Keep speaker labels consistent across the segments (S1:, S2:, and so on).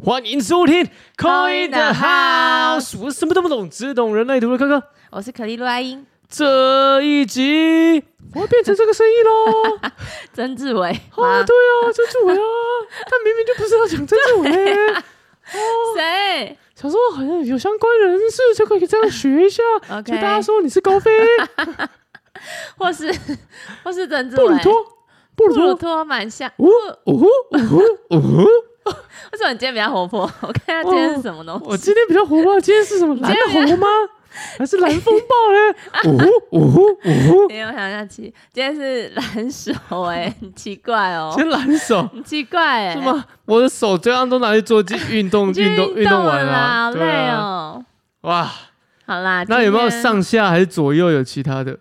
S1: 欢迎收听《Coin
S2: Coin
S1: the
S2: the
S1: House》，我什么都不懂，只懂人类图的哥哥。
S2: 我是可丽露阿英，
S1: 这一集我变成这个声音 喽！
S2: 曾志伟
S1: 啊，
S2: 吗？
S1: 对啊，曾志伟啊，他明明就不是要讲曾志伟、 哦
S2: 谁
S1: 想说好像有相关人士就可以这样学一下，就大家
S2: ？OK，
S1: 说你是高飞，
S2: 或是 或是曾志
S1: 布
S2: 伟
S1: 鲁，托，布
S2: 布鲁
S1: 鲁托，哦
S2: 托蛮像。
S1: 呜呜呜呜！
S2: 为什么你今天比较活泼？ 我看他今天是什么东
S1: 哦我
S2: 西？
S1: 今天比较活泼，今天是什么蓝红 吗？还是蓝风暴哦嘞？呜呜呜！
S2: 因为我想一下，奇，今天是蓝手哎，很奇怪哦，
S1: 先蓝手。
S2: 很奇怪哎，
S1: 是？吗？我的手这样都拿去做运运 动，
S2: 去
S1: 运动
S2: 运
S1: 动完
S2: 了啦，好
S1: 了，对
S2: 累
S1: 啊，
S2: 哦。
S1: 哇，
S2: 好啦，
S1: 那有没有
S2: 今天？
S1: 上下还是左右有其他的？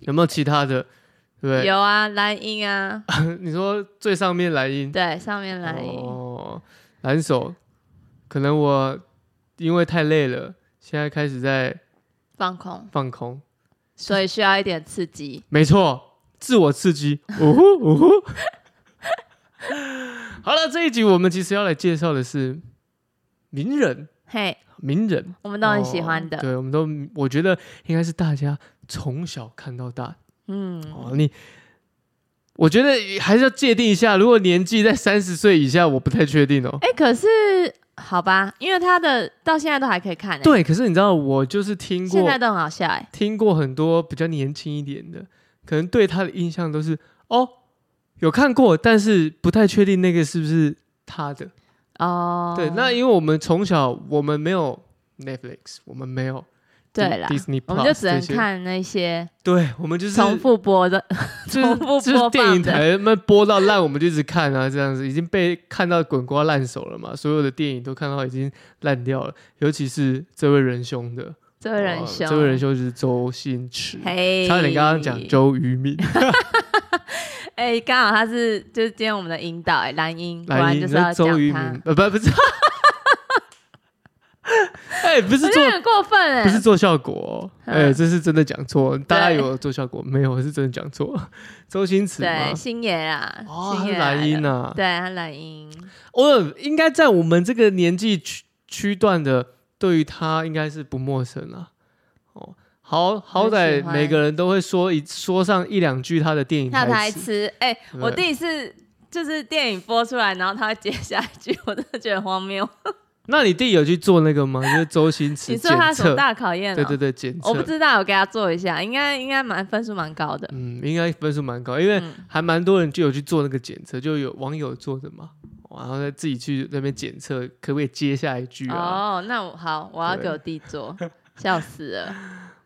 S1: 有没有其他的？对
S2: 有啊，蓝音啊，
S1: 不对？ 你说最上面蓝音，
S2: 对，上面蓝音，
S1: 哦，蓝手，可能我因为太累了，现在开始在
S2: 放空，
S1: 放空。
S2: 所以需要一点刺激。
S1: 没错，自我刺激。呜呼呜呼。 好了，这一集我们其实要来介绍的是名人，
S2: 嘿，
S1: 名人。
S2: 我们都很喜欢
S1: 哦
S2: 的，
S1: 对，我们都我觉得应该是大家从小看到大
S2: 嗯，
S1: 哦。你，我觉得还是要界定一下，如果年纪在三十岁以下，我不太确定哦。
S2: 哎、可是好吧，因为他的到现在都还可以看、欸，，
S1: 对，可是你知道，我就是听
S2: 现
S1: 过
S2: 在都很好笑哎、
S1: 听过很多比较年轻一点的，可能对他的印象都是哦，有看过，但是不太确定那个是不是他的。
S2: 哦，
S1: 对，那因为我们从小我们没有 Netflix，我们没有
S2: 对啦
S1: Disney，
S2: 我们就
S1: Plus
S2: 只能
S1: 这些，
S2: 看那些
S1: 对我们就是哦
S2: 重复播的，
S1: 就是
S2: 重复
S1: 就是
S2: 播
S1: 电影
S2: 放的
S1: 台们播到烂，我们就一直看啊，这样子已经被看到滚瓜烂熟了嘛。所有的电影都看到已经烂掉了，尤其是这位仁兄的，
S2: 这位仁
S1: 哦
S2: 兄，
S1: 这位仁兄就是周星驰，
S2: 嘿，
S1: 差点刚刚讲，周渝民，
S2: 哎、刚好他是就是今天我们的引导哎、蓝音，果
S1: 来，
S2: 然
S1: 你
S2: 就是
S1: 说
S2: 要
S1: 周渝
S2: 讲
S1: 民
S2: 他，，
S1: 呃，不不 是，哎，不是
S2: 我觉
S1: 做
S2: 得很过分哎、
S1: 不是做效果哦，哎，
S2: 嗯
S1: 这是真的讲错，大家
S2: 对
S1: 有做效果没有？是真的讲错，周星驰吗
S2: 哎对，？星爷啊，
S1: 哦，他
S2: 星
S1: 是
S2: 爷
S1: 蓝音
S2: 啊，
S1: 啊，
S2: 对，他蓝音，
S1: 我应该在我们这个年纪区区段的，对于他应该是不陌生啊。哦，好好
S2: 很
S1: 歹
S2: 喜欢
S1: 每个人都会说一说上一两句他的电影
S2: 他的
S1: 台
S2: 台
S1: 词。
S2: 词，哎、
S1: 对
S2: 我第一次就是电影播出来，然后他会接下一句，我真的觉得很荒谬。
S1: 那你弟有去做那个吗？就是周星驰
S2: 你说他
S1: 检
S2: 什么
S1: 测，
S2: 大考验、哦？
S1: 对对对，检测。
S2: 我不知道，我给他做一下，应该应该蛮分数蛮高的。
S1: 嗯，应该分数蛮高，因为
S2: 嗯
S1: 还蛮多人就有去做那个检测，就有网友做的嘛，哦然后再自己去那边检测可不可以接下一句啊。
S2: 哦，那我好，我要
S1: 对
S2: 给我弟做，笑死了。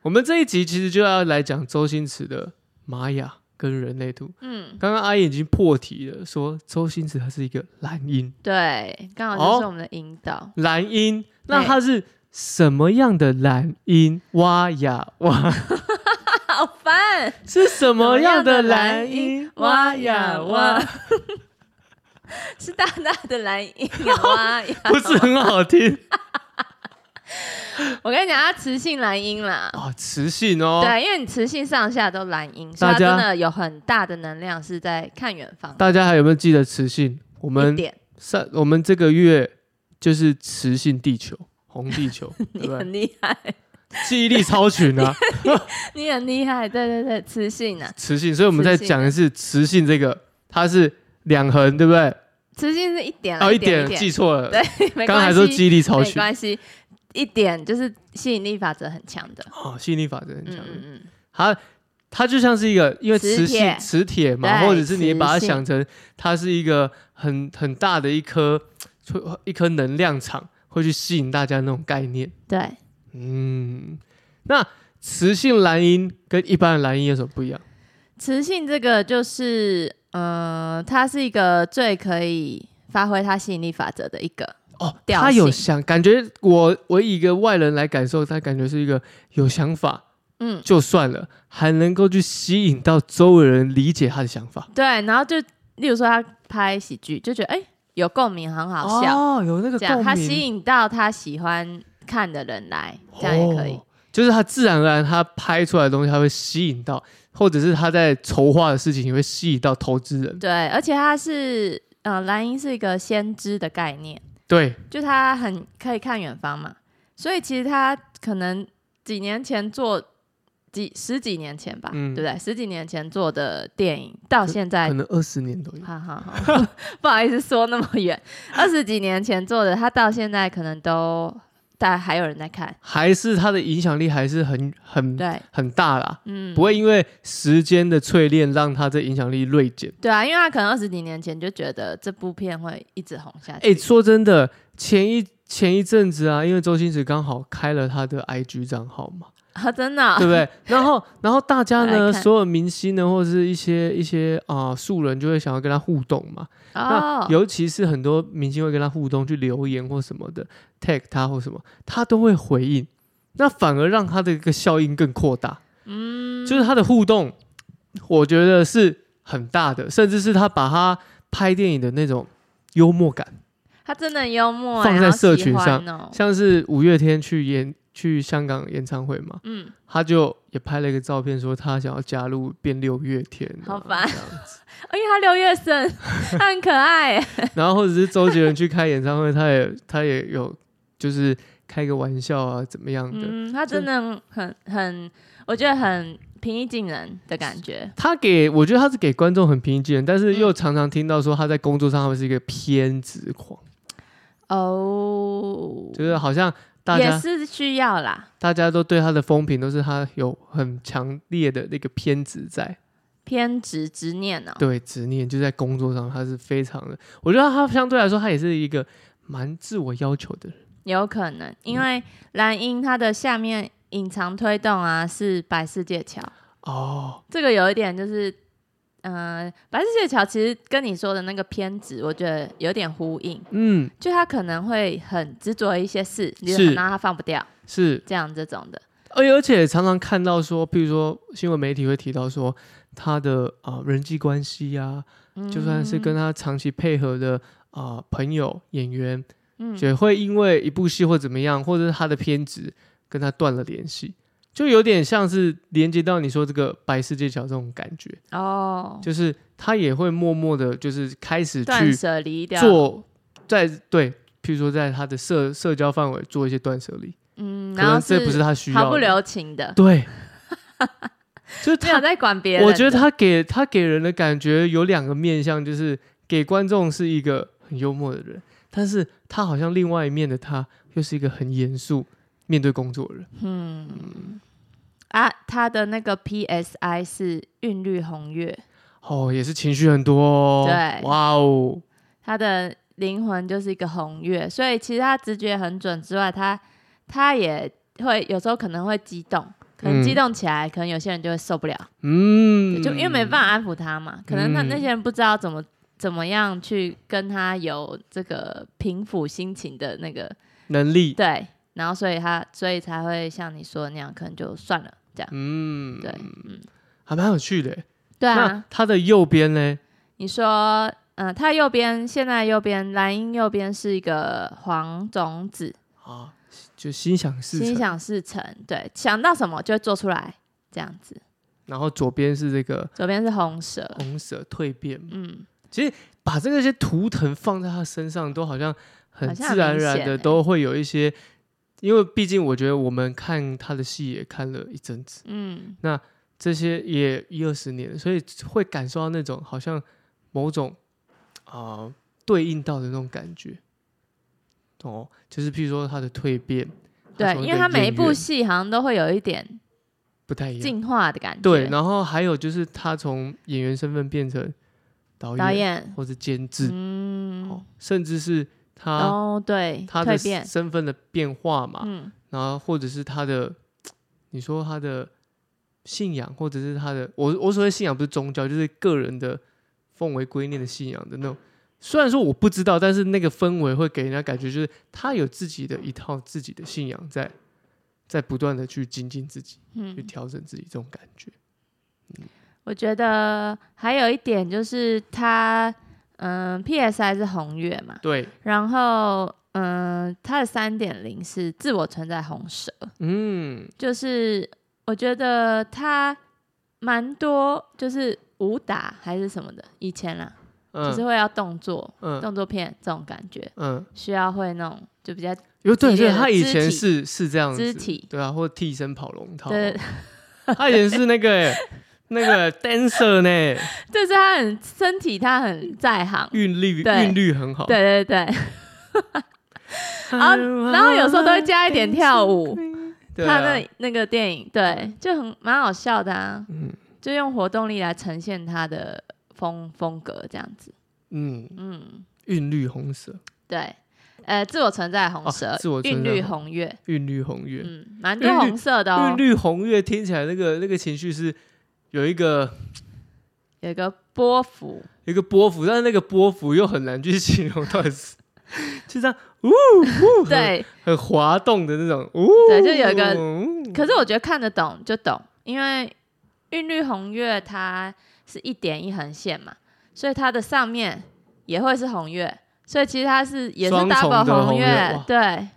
S1: 我们这一集其实就要来讲周星驰的《玛雅》跟人类图。
S2: 嗯，
S1: 刚刚阿姨已经破题了，说周星驰他是一个蓝鹰，
S2: 对，刚好
S1: 哦
S2: 就是我们的引 导。
S1: 蓝鹰，那他是什么样的蓝鹰？哇呀哇，
S2: 好烦，
S1: 是什么样的蓝
S2: 什么样的蓝
S1: 鹰
S2: 鹰？
S1: 哇呀哇，，
S2: 是大大的蓝音啊， 哇呀！
S1: 不是很好听
S2: 我跟你讲，他磁性蓝音啦。
S1: 哦，磁性哦。
S2: 对，因为你磁性上下都蓝音，所
S1: 大
S2: 以它
S1: 家
S2: 真的有很大的能量是在看远方
S1: 大家还有没有记得磁性？我
S2: 一
S1: 们
S2: 点。
S1: 上我们这个月就是磁性地球，红地 球，对
S2: 你
S1: 不对？
S2: 很厉害，
S1: 记忆力超群啊，
S2: 你很厉害，对对对，磁性啊，
S1: 磁性。所以我们再
S2: 磁性
S1: 讲一次磁性这个，它是两横，对不对？
S2: 磁性是一点啦，
S1: 哦，一
S2: 点
S1: 点
S2: 一点，
S1: 记错了，
S2: 对， 没
S1: 刚才
S2: 关
S1: 说
S2: 系，
S1: 记忆力超
S2: 没
S1: 群
S2: 关系，一点就是吸引力法则很强的，
S1: 哦，吸引力法则很
S2: 嗯
S1: 强。
S2: 嗯
S1: 它它就像是一个因为
S2: 磁
S1: 磁性
S2: 铁
S1: 磁铁嘛，
S2: 对
S1: 或者是你把它
S2: 磁性
S1: 想成它是一个很很大的一颗一颗能量场，会去吸引大家那种概念。
S2: 嗯，对，
S1: 嗯，那磁性蓝音跟一般的蓝音有什么不一样？
S2: 磁性这个就是，呃，它是一个最可以发挥它吸引力法则的一个，
S1: 哦，
S2: 调
S1: 它有
S2: 性
S1: 想，感觉我我以一个外人来感受，它感觉是一个有想法
S2: 嗯，
S1: 就算了，还能够去吸引到周围人理解他的想法。
S2: 对，然后就例如说他拍喜剧，就觉得哎、有共鸣，很好笑，
S1: 哦，有那个
S2: 这
S1: 共
S2: 样
S1: 鸣，
S2: 他吸引到他喜欢看的人来，这样也可以，
S1: 哦就是他自然而然，他拍出来的东西，他会吸引到，或者是他在筹划的事情，也会吸引到投资人。
S2: 对，而且它是，呃，蓝鹰是一个先知的概念。
S1: 对，
S2: 就他很可以看远方嘛，所以其实他可能几年前做几十几年前吧，
S1: 嗯
S2: 对不对？十几年前做的电影到现在
S1: 可，能二十年都有。
S2: 哈哈哈，不好意 思说那么远，二十几年前做的，他到现在可能都但还有人在看，
S1: 还是它的影响力还是很很
S2: 对，
S1: 很大啦，
S2: 嗯，
S1: 不会因为时间的淬炼让它这影响力锐减。
S2: 对啊，因为他可能二十几年前就觉得这部片会一直红下去，
S1: 哎、说真的，前一前一阵子啊，因为周星驰刚好开了他的 IG 账号嘛，
S2: 啊，真的哦、
S1: 对不对？然后然后大家
S2: 我
S1: 呢，
S2: 来看
S1: 所有明星呢，或者是一些一些啊、素人，就会想要跟他互动嘛。那
S2: 哦，
S1: 尤其是很多明星会跟他互动，去留言或什么的，tag 他或什么，他都会回应，那反而让他的一个效应更扩大。嗯，就是他的互动，我觉得是很大的，甚至是他把他拍电影的那种幽默感，
S2: 他真的很幽默、
S1: 放
S2: 哎
S1: 在
S2: 好喜
S1: 社群
S2: 欢
S1: 上
S2: 哦，
S1: 像是五月天去演去香港演唱会嘛，
S2: 嗯，
S1: 他就也拍了一个照片，说他想要加入变六月天、啊，
S2: 好烦
S1: 这样子。
S2: 而哎且他六月生， 他很可爱、哎
S1: 然后或者是周杰伦去开演唱会，他也他也有就是开个玩笑啊，怎么样的。
S2: 嗯，他
S1: 就
S2: 真的很很，我觉得很平易近人的感觉。
S1: 他给我觉得他是给观众很平易近人，但是
S2: 嗯
S1: 又常常听到说他在工作上他是一个偏执狂，
S2: 哦，
S1: 就是好像大
S2: 也
S1: 家
S2: 是需要啦，
S1: 大家都对他的风评都是他有很强烈的那个偏执在，
S2: 偏执执念哦。
S1: 对执念就在工作上他是非常的，我觉得他相对来说他也是一个蛮自我要求的人，
S2: 有可能，因为蓝鹰它的下面隐藏推动啊是白世界桥，
S1: 哦，
S2: 这个有一点就是，呃，白世界桥其实跟你说的那个偏执，我觉得有点呼应，
S1: 嗯，
S2: 就他可能会很执着一些事，你
S1: 是
S2: 很让他放不掉，
S1: 是
S2: 这样这种的，
S1: 而哎而且常常看到说，譬如说新闻媒体会提到说他的啊、呃人际关系啊，
S2: 嗯
S1: 就算是跟他长期配合的啊、呃朋友演员，
S2: 嗯
S1: 也会因为一部戏或怎么样，或者是他的偏执跟他断了联系，就有点像是连接到你说这个白世界桥这种感觉，
S2: 哦，
S1: 就是他也会默默的，就是开始
S2: 断
S1: 去
S2: 舍离掉，
S1: 做在对，譬如说在他的社社交范围做一些断舍离，
S2: 嗯，
S1: 可
S2: 然后
S1: 能这不是他需要
S2: 毫
S1: 的，
S2: 不留情的，
S1: 对， 就是
S2: 没有
S1: 他，
S2: 在管别人的。
S1: 我觉得他给他给人的感觉有两个面向，就是给观众是一个很幽默的人，但是他好像另外一面的他又是一个很严肃面对工作的人。
S2: 嗯
S1: 嗯
S2: 啊，他的那个 PSI 是韵律红月，
S1: 哦，也是情绪很多哦。
S2: 对
S1: 哇哦，
S2: 他的灵魂就是一个红月，所以其实他直觉很准之外，他他也会有时候可能会激动。可能激动起来，可能有些人就会受不了，
S1: 嗯，
S2: 就因为没办法安抚他嘛。可能那那些人不知道怎么怎么样去跟他有这个平复心情的那个
S1: 能力，
S2: 对，然后所以他所以才会像你说的那样，可能就算了这样。
S1: 嗯，
S2: 对，嗯，
S1: 还蛮有趣的耶。欸
S2: 对啊
S1: 那。他的右边呢？
S2: 你说，嗯、呃，它右边现在右边蓝鹰右边是一个黄种子，
S1: 啊，就心想事
S2: 心
S1: 成。
S2: 想事成，对，想到什么就会做出来，这样子。
S1: 然后左边是这个
S2: 左边是红蛇，
S1: 红蛇蜕变嘛
S2: 嗯，
S1: 把这个些图腾放在他身上，都好像很
S2: 好像
S1: 自然而
S2: 很明
S1: 然
S2: 显
S1: 的
S2: 欸
S1: 都会有一些，因为毕竟我觉得我们看他的戏也看了一阵子，
S2: 嗯，
S1: 这些也一二十年了，所以会感受到那种好像某种啊、呃对应到的那种感觉。哦，就是譬如说他的蜕变，
S2: 对，
S1: 从
S2: 因为
S1: 个
S2: 它每一
S1: 演
S2: 部
S1: 员
S2: 戏好像都会有一点
S1: 不太一样，
S2: 进化的感觉。
S1: 对，然后还有就是他从演员身份变成导演，
S2: 导演，
S1: 或是监制、
S2: 嗯
S1: 哦，，甚至是他、
S2: 哦，对，
S1: 他的
S2: 蜕变，
S1: 身份的变化嘛，
S2: 嗯，
S1: 然后或者是他的，你说他的信仰，或者是他的，我我所谓信仰不是宗教，就是个人的奉为圭臬的信仰的那种。虽然说我不知道，但是那个氛围会给人家感觉，就是他有自己的一套自己的信仰在，在不断的去精进自己，
S2: 嗯
S1: 去调整自己这种感觉。
S2: 我觉得还有一点就是它，嗯，PSI 是红月嘛，
S1: 对，
S2: 然后，嗯，它的三点零是自我存在红蛇，
S1: 嗯，
S2: 就是我觉得它蛮多，就是武打还是什么的，以前啦，就
S1: 嗯
S2: 是会要动作、
S1: 嗯
S2: 动作片这种感觉，
S1: 嗯，
S2: 需要会那种就比较
S1: 有对
S2: 激烈
S1: 对，
S2: 的
S1: 他以
S2: 肢
S1: 前
S2: 体
S1: 是是这样
S2: 肢
S1: 子，
S2: 体
S1: 对啊，或替身跑龙套，啊
S2: 对，
S1: 他以前是那个欸那个 dancer 呢，
S2: 就是他很身体他很在行，
S1: 韵律
S2: 对
S1: 韵律很好，
S2: 对对对，
S1: 然
S2: 后然后有时候都会加一点跳 舞，
S1: 对
S2: 他
S1: 啊，
S2: 那那个电影对就很蛮好笑的啊，
S1: 嗯
S2: 就用活动力来呈现他的风风格这样子，
S1: 嗯，
S2: 嗯，
S1: 韵律红蛇，
S2: 对，呃，自我存在的红
S1: 哦
S2: 蛇，
S1: 自我存
S2: 韵
S1: 在
S2: 律
S1: 的
S2: 红月，
S1: 韵律红月，
S2: 嗯，蛮
S1: 韵
S2: 多
S1: 律
S2: 红色的哦
S1: 韵，律红月听起来那个那个情绪是有一个
S2: 有一个波幅，
S1: 有一个波幅，但是那个波幅又很难去形容，到底是 就这样
S2: 对，
S1: 很滑动的那种，呜，
S2: 对就有一个
S1: 嗯
S2: 可是我觉得看得懂就懂，因为韵律红月它是一点一横线嘛，所以它的上面也会是红月，所以其实它是也是
S1: 双重的
S2: double
S1: 红
S2: 红
S1: 月哇
S2: 对，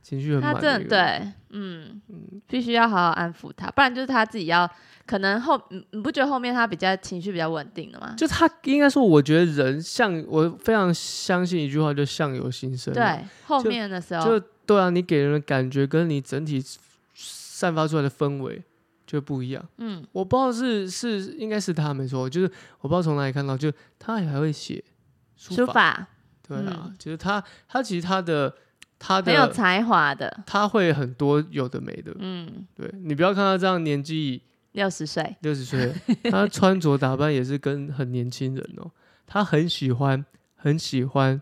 S1: 情绪很
S2: 它
S1: 满的一个，
S2: 真的对，嗯，必须要好好安抚他，不然就是他自己要，可能后你你不觉得后面他比较情绪比较稳定了吗？
S1: 就他应该说，我觉得人像我非常相信一句话，就相由心生，
S2: 对，后面的时候
S1: 就对啊，你给人的感觉跟你整体散发出来的氛围就不一样。
S2: 嗯，
S1: 我不知道是是应该是他没错，就是我不知道从哪里看到，就他还会写书
S2: 书法
S1: 对啊，
S2: 嗯
S1: 就是他他其实他的他
S2: 很有
S1: 的
S2: 才华的，
S1: 他会很多有的没的，
S2: 嗯，
S1: 对你不要看他这样年纪
S2: 六十岁，
S1: 六十 岁了，他穿着打扮也是跟很年轻人哦，他很喜欢很喜欢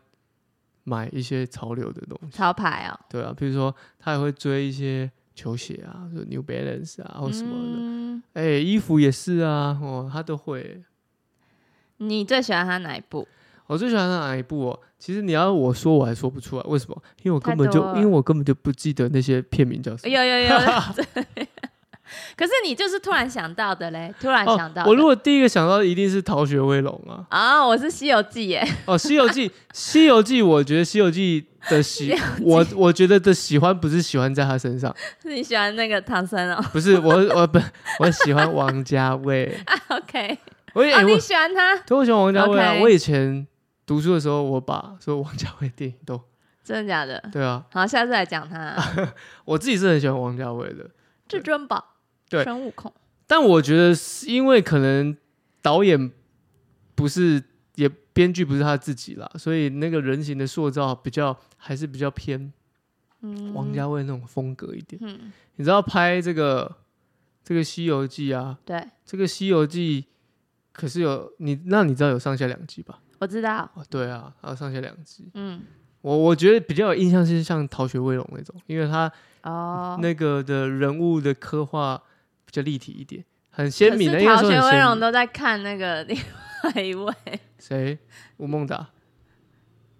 S1: 买一些潮流的东西。
S2: 潮牌哦，
S1: 对啊，比如说他也会追一些球鞋啊，就 New Balance 啊，或什么的。
S2: 嗯，
S1: 哎、衣服也是啊，哦，他都会。
S2: 你最喜欢他哪一部？
S1: 我最喜欢他哪一部哦？其实你要我说，我还说不出来，为什么？因为我根本就
S2: 太
S1: 因
S2: 多了哎
S1: 为我根本就不记得那些片名叫什么。
S2: 有 有有，对可是你就是突然想到的嘞，突然想到
S1: 哦
S2: 的、，
S1: 我如果第一个想到的一定是《逃学威龙》啊。
S2: 啊、我是《西游记》耶，
S1: 哦，《西游记》，《西游记》，我觉得《西游记》的喜， 我我觉得的喜欢不是喜欢在他身上，
S2: 是你喜欢那个唐僧哦
S1: 不是我我不我喜欢王家卫，
S2: 啊？OK，
S1: 我也、哎
S2: 哦，
S1: 我
S2: 你喜欢他，
S1: 对，我喜欢王家卫啊。
S2: OK
S1: 我以前读书的时候，我把所有王家卫电影都
S2: 真的假的？
S1: 对啊，
S2: 好，下次来讲他，
S1: 我自己是很喜欢王家卫的。
S2: 至尊宝，
S1: 对
S2: 孙悟空，
S1: 但我觉得是因为可能导演不是也编剧不是他自己啦，所以那个人形的塑造比较还是比较偏
S2: 嗯，
S1: 王家卫那种风格一点。
S2: 嗯，
S1: 你知道拍这个这个《西游记》啊，
S2: 对，
S1: 这个《西游记》可是有你那你知道有上下两集吧？
S2: 我知道，
S1: 哦，对啊，还有上下两集。
S2: 嗯，
S1: 我我觉得比较有印象是像《逃学威龙》那种，因为他
S2: 哦，
S1: 嗯那个的人物的刻画比较立体一点，很鲜
S2: 可
S1: 明
S2: 是
S1: 的。应该
S2: 逃
S1: 说
S2: 学
S1: 很
S2: 威
S1: 鲜
S2: 龙
S1: 明。
S2: 都在看那个 另外一位
S1: 谁？吴孟达。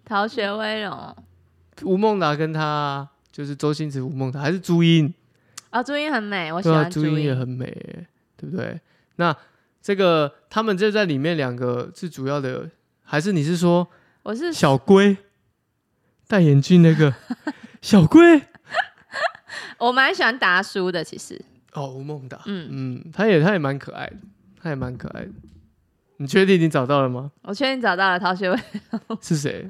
S2: 逃学威龙，
S1: 吴孟达跟他就是周星驰、吴孟达，还是朱茵？
S2: 哦，朱茵很美，我喜
S1: 对啊，
S2: 欢
S1: 朱茵
S2: 茵，
S1: 也很美欸，对不对？那这个他们就在里面两个是主要的，还是你是说
S2: 我是
S1: 小龟戴眼镜那个小龟？
S2: 我蛮喜欢达叔的，其实，
S1: 哦，吴孟达，
S2: 嗯。
S1: 嗯，他也他也蛮可爱的，他也蛮可爱的。你确定你找到了 吗？
S2: 我确定找到了逃学威，
S1: 是谁？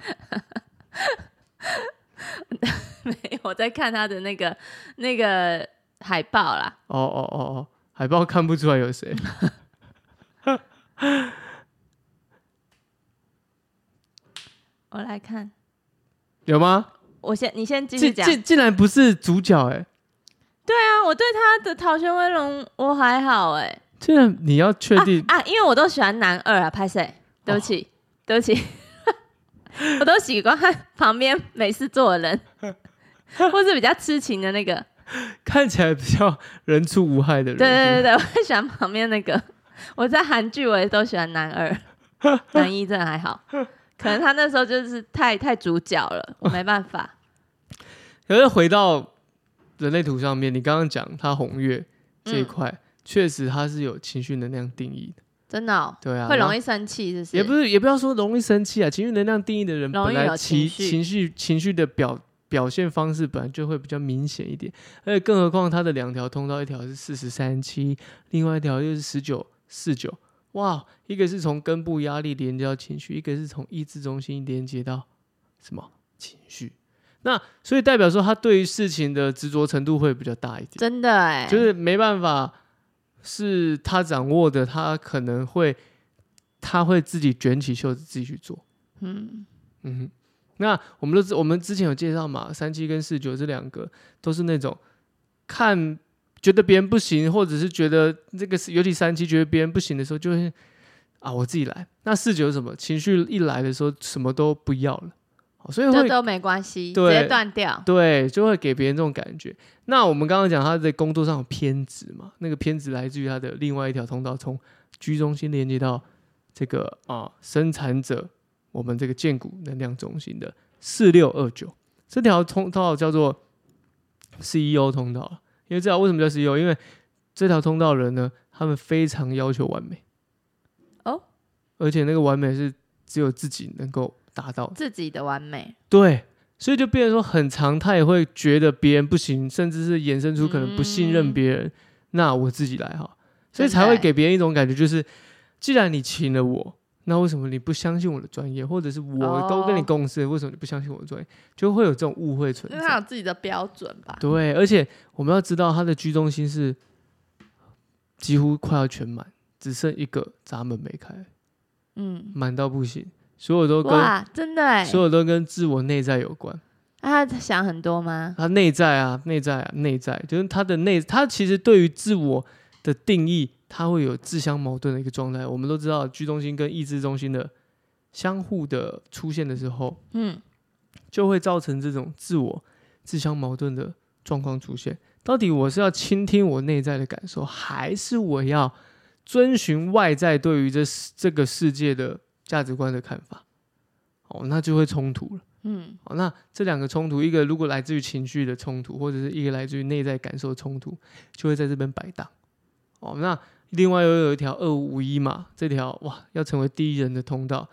S2: 没有 我在看他的那个那个海报啦。
S1: 哦哦哦哦，海报看不出来有谁。
S2: 我来看，
S1: 有吗？
S2: 我先你先继续
S1: 竟
S2: 讲。
S1: 竟竟然不是主角哎、
S2: 啊，我对他的逃学威龙我还好哎、
S1: 竟然你要确定、哦
S2: 啊，因为我都喜欢男二啊，拍谁？对不起，对不起， 我都喜欢看旁边没事做的人， 或是比较痴情的那个。
S1: 看起来比较人畜无害的人。
S2: 对
S1: 是不
S2: 对对
S1: 是
S2: 对，我 很喜欢旁边那个。我在韩剧我也都喜欢 男二，男一真的还好，可能他那时候就是太太主角了，我没办法。
S1: 可是回到人类图上面，你刚刚讲它红月这一
S2: 嗯
S1: 块，确、实它是有情绪能量定义的。
S2: 真的、哦、
S1: 对啊，
S2: 会容
S1: 易
S2: 易生气，是不是？
S1: 也不是也不要说容易生气啊，情绪能量定义的人
S2: 容
S1: 本
S2: 易
S1: 来
S2: 有
S1: 其
S2: 情绪
S1: 情绪情绪的表表现方式本来就会比较明显一点，而且更何况它的两条通道，一条是四十三七，另外一条又是十九四九。哇，一个是从根部压力连接到情绪，一个是从意志中心连接到什么情绪。那所以代表说，他对于事情的执着程度会比较大一点。
S2: 真的哎、
S1: 就是没办法，是他掌握的，他可能会，他会自己卷起袖子自己去做。
S2: 嗯，
S1: 嗯哼，那我们都知，我们之前有介绍嘛，三七跟四九这两个都是那种看觉得别人不行，或者是觉得这个是尤其三七觉得别人不行的时候，就会啊我自己来。那四九是什么情绪一来的时候，什么都不要了，好所以
S2: 这
S1: 会
S2: 都没关系，直
S1: 对
S2: 接断掉。
S1: 对，就会给别人这种感觉。那我们刚刚讲他在工作上有偏执嘛，那个偏执来自于他的另外一条通道，从居中心连接到这个啊、生产者，我们这个建骨能量中心的四六二九这条通道叫做 CEO 通道，因为这条为什么叫 CEO？因为这条通道人呢，他们非常要求完美
S2: 哦，
S1: 而且那个完美是只有自己能够达到的。
S2: 自己的完美，
S1: 对，所以就变成说，很常他也会觉得别人不行，甚至是衍生出可能不信任
S2: 嗯
S1: 别人，那我自己来哈，所以才
S2: 真的
S1: 会
S2: 欸
S1: 给别人一种感觉，就是既然你请了我，那为什么你不相信我的专业，或者是我都跟你
S2: 哦
S1: 共事了，为什么你不相信我的专业，就会有这种误会存
S2: 因为
S1: 在
S2: 他有。自己的标准吧。
S1: 对，而且我们要知道，他的居中心是几乎快要全满，只剩一个闸门没开，
S2: 嗯，
S1: 满到不行，所有都跟
S2: 哇，真的哎、
S1: 所有都跟自我内在有关。
S2: 啊，他想很多吗？
S1: 他内在啊，内在啊，内在，就是他的内，他其实对于自我的定义，他会有自相矛盾的一个状态。我们都知道，居中心跟意志中心的相互的出现的时候，
S2: 嗯，
S1: 就会造成这种自我自相矛盾的状况出现。到底我是要倾听我内在的感受，还是我要遵循外在对于这这个世界的价值观的看法？哦，那就会冲突了。
S2: 嗯，
S1: 好，那这两个冲突，一个如果来自于情绪的冲突，或者是一个来自于内在感受的冲突，就会在这边摆荡。哦，那另外又有一条二五一嘛，这条哇，要成为第一人的通道，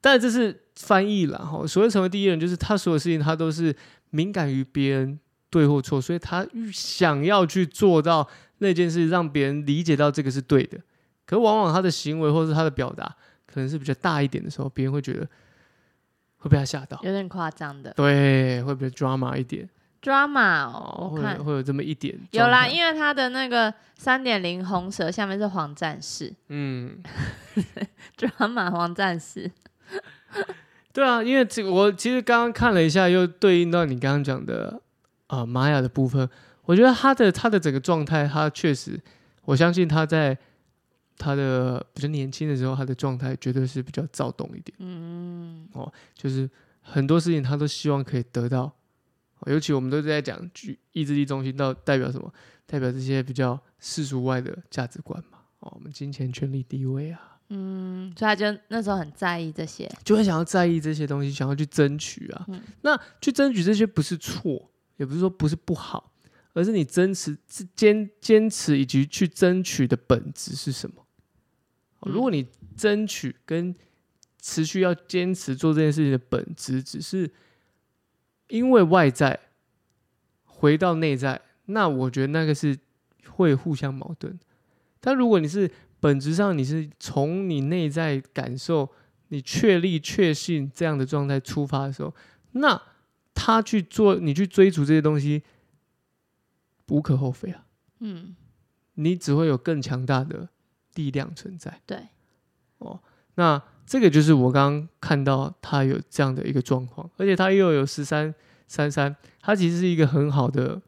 S1: 但这是翻译了哈。所谓成为第一人，就是他所有事情他都是敏感于别人对或错，所以他想要去做到那件事，让别人理解到这个是对的。可往往他的行为或是他的表达，可能是比较大一点的时候，别人会觉得会被他吓到。
S2: 有点夸张的
S1: 对，会比较 drama 一点，
S2: drama 哦，我
S1: 会
S2: 看
S1: 有会有这么一点
S2: 有
S1: 状
S2: 啦，
S1: 态
S2: 因为他的那个三点零红蛇下面是黄战士
S1: 嗯，
S2: drama 黄战士，
S1: 对啊，因为这我其实刚刚看了一下，又对应到你刚刚讲的啊、呃玛雅的部分，我觉得他的他的整个状态，他确实，我相信他在他的比较年轻的时候，他的状态绝对是比较躁动一点。
S2: 嗯，
S1: 就是很多事情他都希望可以得到。哦尤其我们都在讲具意志力中心到代表什么？代表这些比较世俗外的价值观嘛。哦，我们金钱、权力、地位啊，
S2: 嗯，所以他就那时候很在意这些，
S1: 就会想要在意这些东西，想要去争取啊。
S2: 嗯
S1: 那去争取这些不是错，也不是说不是不好，而是你坚持、坚坚持以及去争取的本质是什么？哦
S2: 嗯
S1: 如果你争取跟持续要坚持做这件事情的本质，只是因为外在回到内在，那我觉得那个是会互相矛盾。但如果你是本质上你是从你内在感受、你确立、确信这样的状态出发的时候，那他去做，你去追逐这些东西，无可厚非啊。
S2: 嗯，
S1: 你只会有更强大的力量存在。
S2: 对，
S1: 哦，那这个就是我刚刚看到他有这样的一个状况，而且他又有十三三三，他其实是一个很好的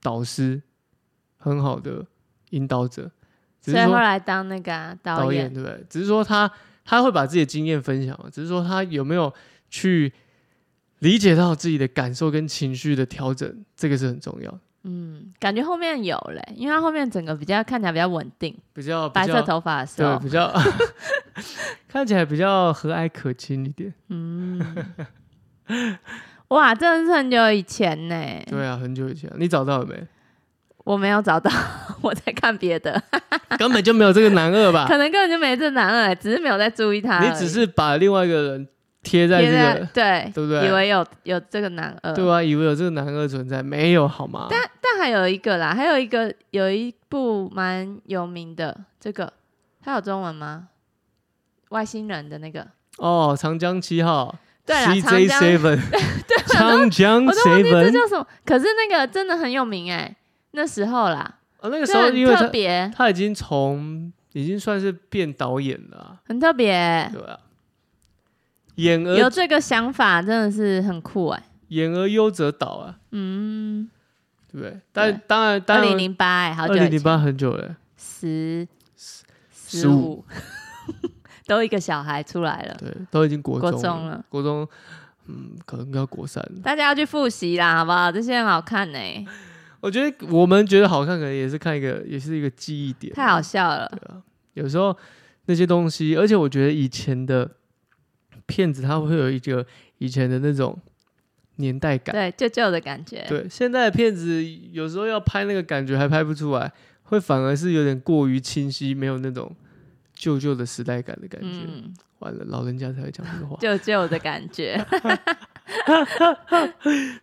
S1: 导师，很好的引导者，只
S2: 所
S1: 是
S2: 以后
S1: 说
S2: 来当那个、啊、导
S1: 导演对不对？只是说他他会把自己的经验分享嘛，只是说他有没有去理解到自己的感受跟情绪的调整，这个是很重要的。
S2: 嗯，感觉后面有嘞，因为他后面整个比较看起来比较稳定，
S1: 比较哦比
S2: 白色
S1: 较
S2: 头发的时
S1: 对，
S2: 候，
S1: 比较 看起来比较和蔼可亲一点。
S2: 嗯，哇，真的是很久以前呢，
S1: 对啊，很久以前你找到了 没？
S2: 我没有找到， 我在看别的，
S1: 根本就没有这个男二吧？
S2: 可能根本就没这男二，只是没有在注意他而已，
S1: 啊你只是把另外一个人贴在
S2: 贴
S1: 这
S2: 在
S1: 个，
S2: 对
S1: 对不对
S2: 以为有有这个男二，
S1: 对啊，以为有这个男二存在，没有好吗？
S2: 但还有一个啦，还有一个有一部蛮有名的，这个它有中文吗？外星人的那个，
S1: 哦，长江七号，
S2: 对啦
S1: c
S2: 长
S1: j
S2: 江
S1: Seven，长江
S2: 我都忘记这
S1: Seven，
S2: 叫什么。可是那个真的很有名哎、那时候啦，
S1: 啊，那个时
S2: 就
S1: 候
S2: 很
S1: 因为
S2: 特
S1: 他
S2: 别，
S1: 他已经从已经算是变导演了啊、
S2: 很特别，
S1: 对啊，演
S2: 有
S1: 而
S2: 这个想法真的是很酷哎、
S1: 演而优则导啊，
S2: 嗯，
S1: 对不对？但当然当
S2: 二
S1: 然，
S2: 零零八哎，好久
S1: 二
S2: 以
S1: 零
S2: 前
S1: 零，八很久了，
S2: 十
S1: 十
S2: 十
S1: 五
S2: 五， 都一个小孩出来了，
S1: 对，都已经国
S2: 国
S1: 中
S2: 中了，
S1: 国中，嗯，可能要国三了。
S2: 大家要去复习啦，好不好？这些很好看呢、
S1: 我觉得我们觉得好看，可能也是看一个，也是一个记忆点。啊
S2: 太好笑了。
S1: 有时候那些东西，而且我觉得以前的片子，它会有一个以前的那种年代感。
S2: 对，旧旧的感觉。
S1: 对，现在的片子有时候要拍那个感觉还拍不出来，会反而是有点过于清晰，没有那种旧旧的时代感的感觉。
S2: 嗯，
S1: 完了，老人家才会讲这个话，
S2: 旧旧的感 觉。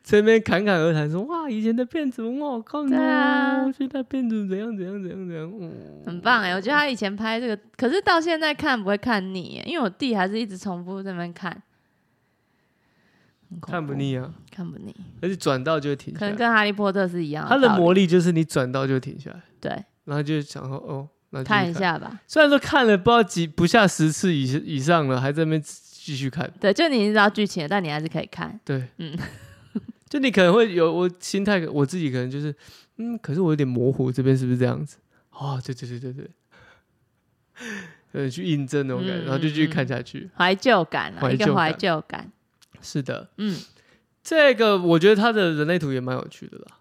S1: 这边侃侃而谈说哇，以前的片子很好看
S2: 对
S1: 哦，
S2: 啊
S1: 现在片子怎样怎样怎样怎样，嗯，
S2: 很棒哎、我觉得他以前拍这个，可是到现在看不会看腻、欸，因为我弟还是一直重复在那边看，很恐怖
S1: 看不，腻啊，
S2: 看不腻，
S1: 而且转到就会停
S2: 可
S1: 下
S2: 能
S1: 来，
S2: 跟哈利波特是一样
S1: 它的
S2: 道理
S1: 魔力就是你转到就停下来。
S2: 对，
S1: 然后就想说哦，那继续
S2: 看一，下吧。
S1: 虽然说看了不知道几不下十次以以上了，还在那边继续看。
S2: 对，就你已经知道剧情了，但你还是可以看。
S1: 对，
S2: 嗯，
S1: 就你可能会有我心态，我自己可能就是，嗯，可是我有点模糊，这边是不是这样子？哦，对对对对对， 呃，去印证那种感觉，
S2: 嗯
S1: 然后就继续
S2: 嗯
S1: 看下去。
S2: 怀旧感啊，
S1: 怀
S2: 一
S1: 旧
S2: 个
S1: 感
S2: 怀旧感。
S1: 是的，
S2: 嗯，
S1: 这个我觉得它的人类图也蛮有趣的啦，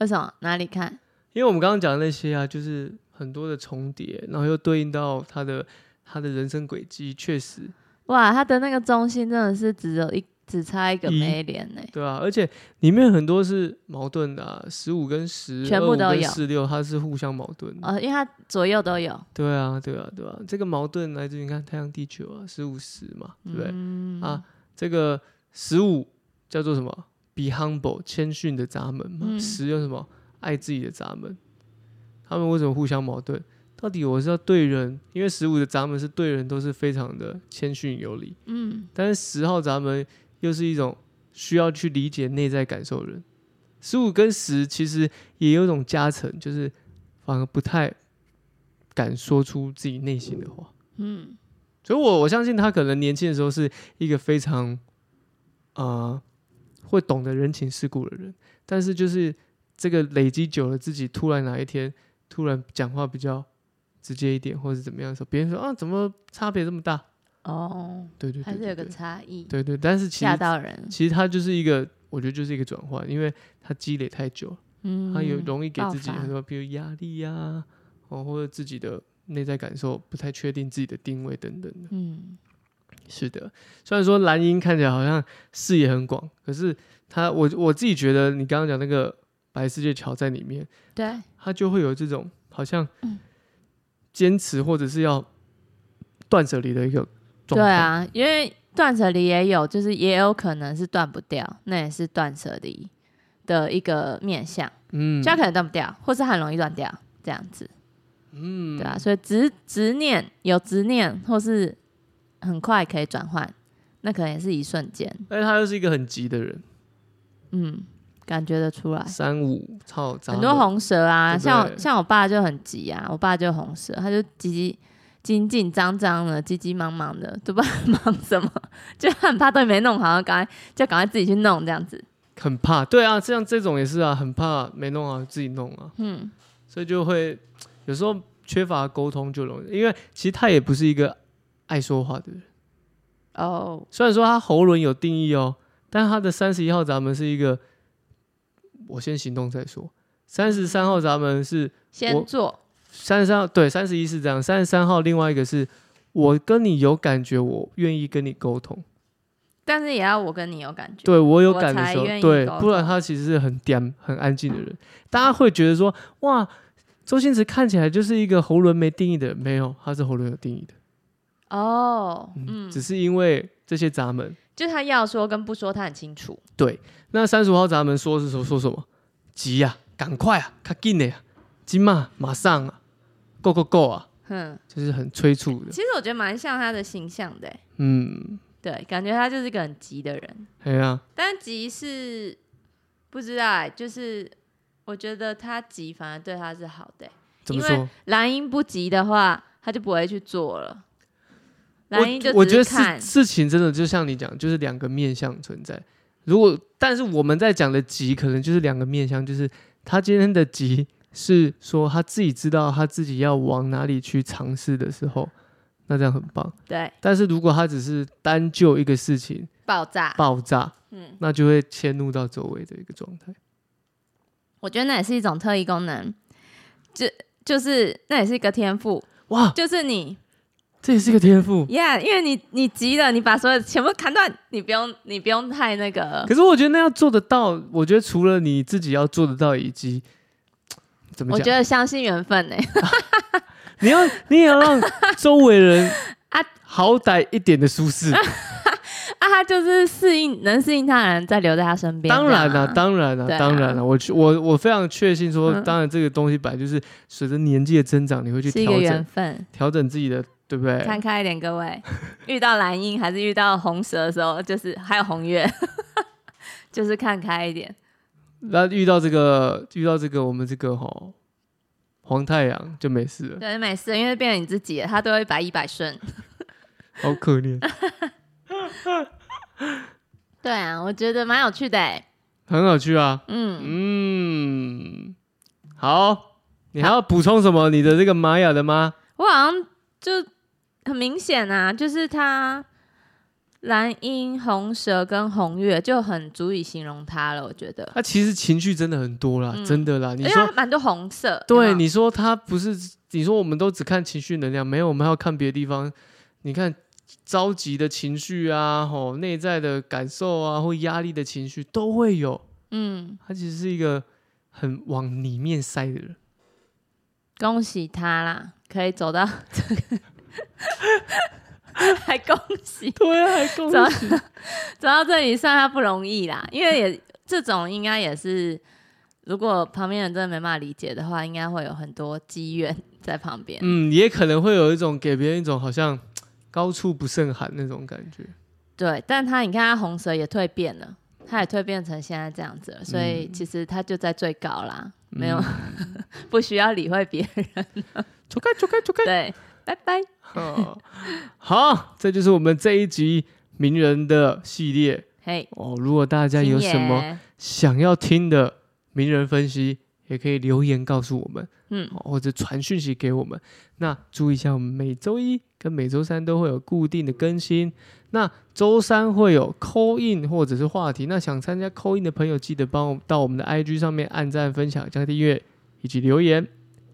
S2: 为什么？哪里看？
S1: 因为我们刚刚讲的那些啊，就是很多的重叠，然后又对应到他的他的人生轨迹，确实
S2: 哇，他的那个中心真的是只有一，只差一个
S1: 一
S2: 眉脸呢。
S1: 对啊，而且里面很多是矛盾的、啊，十五跟十，
S2: 全部都有
S1: 四六它是互相矛盾的。
S2: 哦，因为他左右都有，
S1: 对啊，对啊，对啊，这个矛盾来自于你看太阳、地球啊，十五十嘛，对不对？
S2: 嗯
S1: 啊这个十五叫做什么？Be humble，谦逊的闸门嘛。
S2: 嗯
S1: 十、有什么？爱自己的闸门。他们为什么互相矛盾？到底我是要对人，因为十五的闸门是对人都是非常的谦逊哎有礼，
S2: 嗯，
S1: 但是十号闸门又是一种需要去理解内在感受的人。十五跟十其实也有一种加成，就是反而不太敢说出自己内心的话。
S2: 嗯，
S1: 所以我我相信他可能年轻的时候是一个非常呃会懂得人情世故的人，但是就是这个累积久了，自己突然哪一天突然讲话比较直接一点，或者怎么样的时候，别人说啊怎么差别这么大？
S2: 哦，
S1: 对对对
S2: 还是
S1: 对
S2: 有个
S1: 对
S2: 差异，
S1: 对对，但是其实
S2: 吓到人。
S1: 其实它就是一个，我觉得就是一个转换，因为它积累太久，
S2: 嗯，
S1: 它有容易给自己
S2: 爆发
S1: 很多，比如压力呀、哦，或者自己的内在感受不太确定自己的定位等等的。
S2: 嗯，
S1: 是的，虽然说蓝鹰看起来好像视野很广，可是它我我自己觉得，你刚刚讲那个白世界桥在里面，
S2: 对，
S1: 它就会有这种好像
S2: 嗯
S1: 坚持或者是要断舍离的一个状
S2: 对
S1: 态。
S2: 啊，因为断舍离也有，就是也有可能是断不掉，那也是断舍离的一个面向，
S1: 嗯，
S2: 就它可能断不掉，或是很容易断掉，这样子，
S1: 嗯，
S2: 对啊，所以执执念有执念，或是很快可以转换，那可能也是一瞬间，
S1: 但是他又是一个很急的人，
S2: 嗯，感觉得出来。
S1: 三五操，闸
S2: 很多
S1: 门
S2: 红蛇啊，
S1: 对不
S2: 像
S1: 对
S2: 我像我爸就很急啊，我爸就红蛇，他就急急紧紧张张的，急急忙忙的，都不知道忙什么，就很怕都没弄好，要赶快就赶快自己去弄这样子。
S1: 很怕，对啊，像这种也是啊，很怕没弄好自己弄啊，
S2: 嗯，
S1: 所以就会有时候缺乏沟通就容易，因为其实他也不是一个爱说话的人，
S2: 哦，
S1: 虽然说他喉轮有定义哦，但他的三十一号闸门是一个我先行动再说，三十三号闸门是我
S2: 先做，
S1: 三十三对三十一是这样，三十三号另外一个是我跟你有感觉，我愿意跟你沟通，
S2: 但是也要我跟你有感觉。
S1: 对我有
S2: 我
S1: 感的
S2: 才
S1: 时候，
S2: 愿意
S1: 对
S2: 沟，
S1: 不然
S2: 通
S1: 他其实是很嗲、很安静的人，大家会觉得说，哇，周星驰看起来就是一个喉轮没定义的人，没有，他是喉轮有定义的，
S2: 哦，
S1: 嗯，
S2: 嗯，
S1: 只是因为这些闸门，
S2: 就他要说跟不说，他很清楚。
S1: 那三十五号闸门说是说说什么？急呀、赶快啊，卡紧的呀，今嘛马上啊，go go go 啊，
S2: 哼，
S1: 就是很催促的
S2: 其。实我觉得蛮像他的形象的欸，
S1: 嗯，
S2: 对，感觉他就是个很急的人。
S1: 哎呀，
S2: 但急是不知道哎、就是我觉得他急反而对他是好的欸、
S1: 怎么
S2: 因为
S1: 说？
S2: 蓝鹰不急的话，他就不会去做了。蓝鹰就
S1: 我我觉
S2: 只
S1: 得
S2: 是看
S1: 事，事情真的就像你讲，就是两个面向存在。如果但是我们在讲的急，可能就是两个面向，就是他今天的急是说他自己知道他自己要往哪里去尝试的时候，那这样很棒。
S2: 对，
S1: 但是如果他只是单就一个事情
S2: 爆炸。
S1: 爆炸，
S2: 嗯，
S1: 那就会迁怒到周围的一个状态。
S2: 我觉得那也是一种特异功能，就就是那也是一个天赋，
S1: 哇，
S2: 就是你
S1: 这也是一个天赋。
S2: ，Yeah，因为你你急了，你把所有的全部砍断，你不用你不用太那个
S1: 可。是我觉得那要做得到，我觉得除了你自己要做得到，以及怎么
S2: 我
S1: 讲
S2: 觉，得相信缘分呢、欸
S1: 你要你也要让周围人
S2: 啊
S1: 好歹一点的舒 适。
S2: 啊，他就是适应能适应他的人，再留在他身边。
S1: 当然
S2: 了、
S1: 了、当然了、
S2: 对啊
S1: 当然了、我去我我非常确信说，
S2: 嗯
S1: 当然这个东西本来就是随着年纪的增长，你会去
S2: 是一个
S1: 调
S2: 缘
S1: 整
S2: 分。
S1: 调整自己的，对不对？
S2: 看开一点，各位， 遇到蓝鹰还是遇到红蛇的时候，就是还有红月， 就是看开一点。
S1: 那遇到这个遇到这个我们这个吼黄太阳就没事了，
S2: 对，没事，因为变成你自己了，他都会百依百顺。
S1: 好可 怜，
S2: 对啊，我觉得蛮有趣的、欸。
S1: 很有趣啊。
S2: 嗯，
S1: 嗯，好，你还要补充什么？你的这个玛雅的吗？
S2: 我好像就很明显啊，就是他蓝鹰、红蛇跟红月就很足以形容他了，我觉得。
S1: 他其实情绪真的很多啦，
S2: 嗯
S1: 真的啦。你
S2: 因为
S1: 说
S2: 它蛮多红色，
S1: 对，
S2: 有没有
S1: 你说他不是，你说我们都只看情绪能量，没有，我们还要看别的地方。你看着急的情绪啊，吼，内在的感受啊，或压力的情绪都会有。
S2: 嗯，
S1: 他其实是一个很往里面塞的人。
S2: 恭喜他啦，可以走到这个， 还恭喜，
S1: 对啊，还
S2: 走到
S1: 够
S2: 走到这里算他不容易啦，因为也这种应该也是，如果旁边人真的没办法理解的话，应该会有很多机缘在旁边。
S1: 嗯，也可能会有一种给别人一种好像高处不胜寒那种感觉。
S2: 对，但他你看他红蛇也蜕变了，他也蜕变成现在这样子了，所以
S1: 嗯
S2: 其实他就在最高啦，没有、 不需要理会别 人。
S1: 走开，走开，走开。
S2: 对，拜拜。
S1: 哦好，这就是我们这一集名人的系列
S2: 嘿，
S1: 哦。如果大家有
S2: 星
S1: 什么
S2: 爷？
S1: 想要听的名人分析，也可以留言告诉我们，
S2: 嗯，
S1: 哦或者传讯息给我们。那注意一下，我们每周一跟每周三都会有固定的更新。那周三会有 call in 或者是话题。那想参加 call in 的朋友，记得帮我到我们的 IG 上面按赞、分享、加订阅以及留言，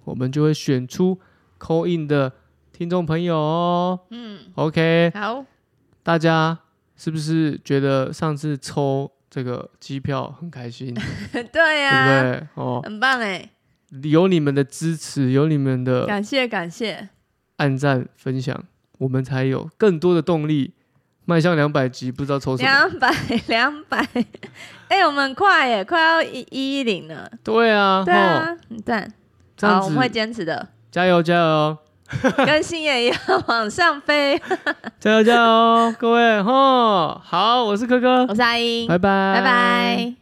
S1: 我们就会选出 call in 的听众朋友哦。
S2: 嗯，
S1: OK，
S2: 好，
S1: 大家是不是觉得上次抽这个机票很开心？
S2: 对啊呀、
S1: 对不对？哦，
S2: 很棒哎，
S1: 有你们的支持，有你们的
S2: 感谢感谢，
S1: 按赞分享，我们才有更多的动力迈向两百集，不知道抽什么。
S2: 两百 两百，哎、我们很快耶，快要一一一零了，
S1: 对啊，
S2: 对
S1: 哦，
S2: 啊，很赞，
S1: 这样
S2: 好，我
S1: 子
S2: 们会坚持的，
S1: 加油加 油
S2: 跟星爷一样往上 飞。
S1: 加油加油，各位哈、哦！好，我是柯柯
S2: 我，是阿英，
S1: 拜拜
S2: 拜拜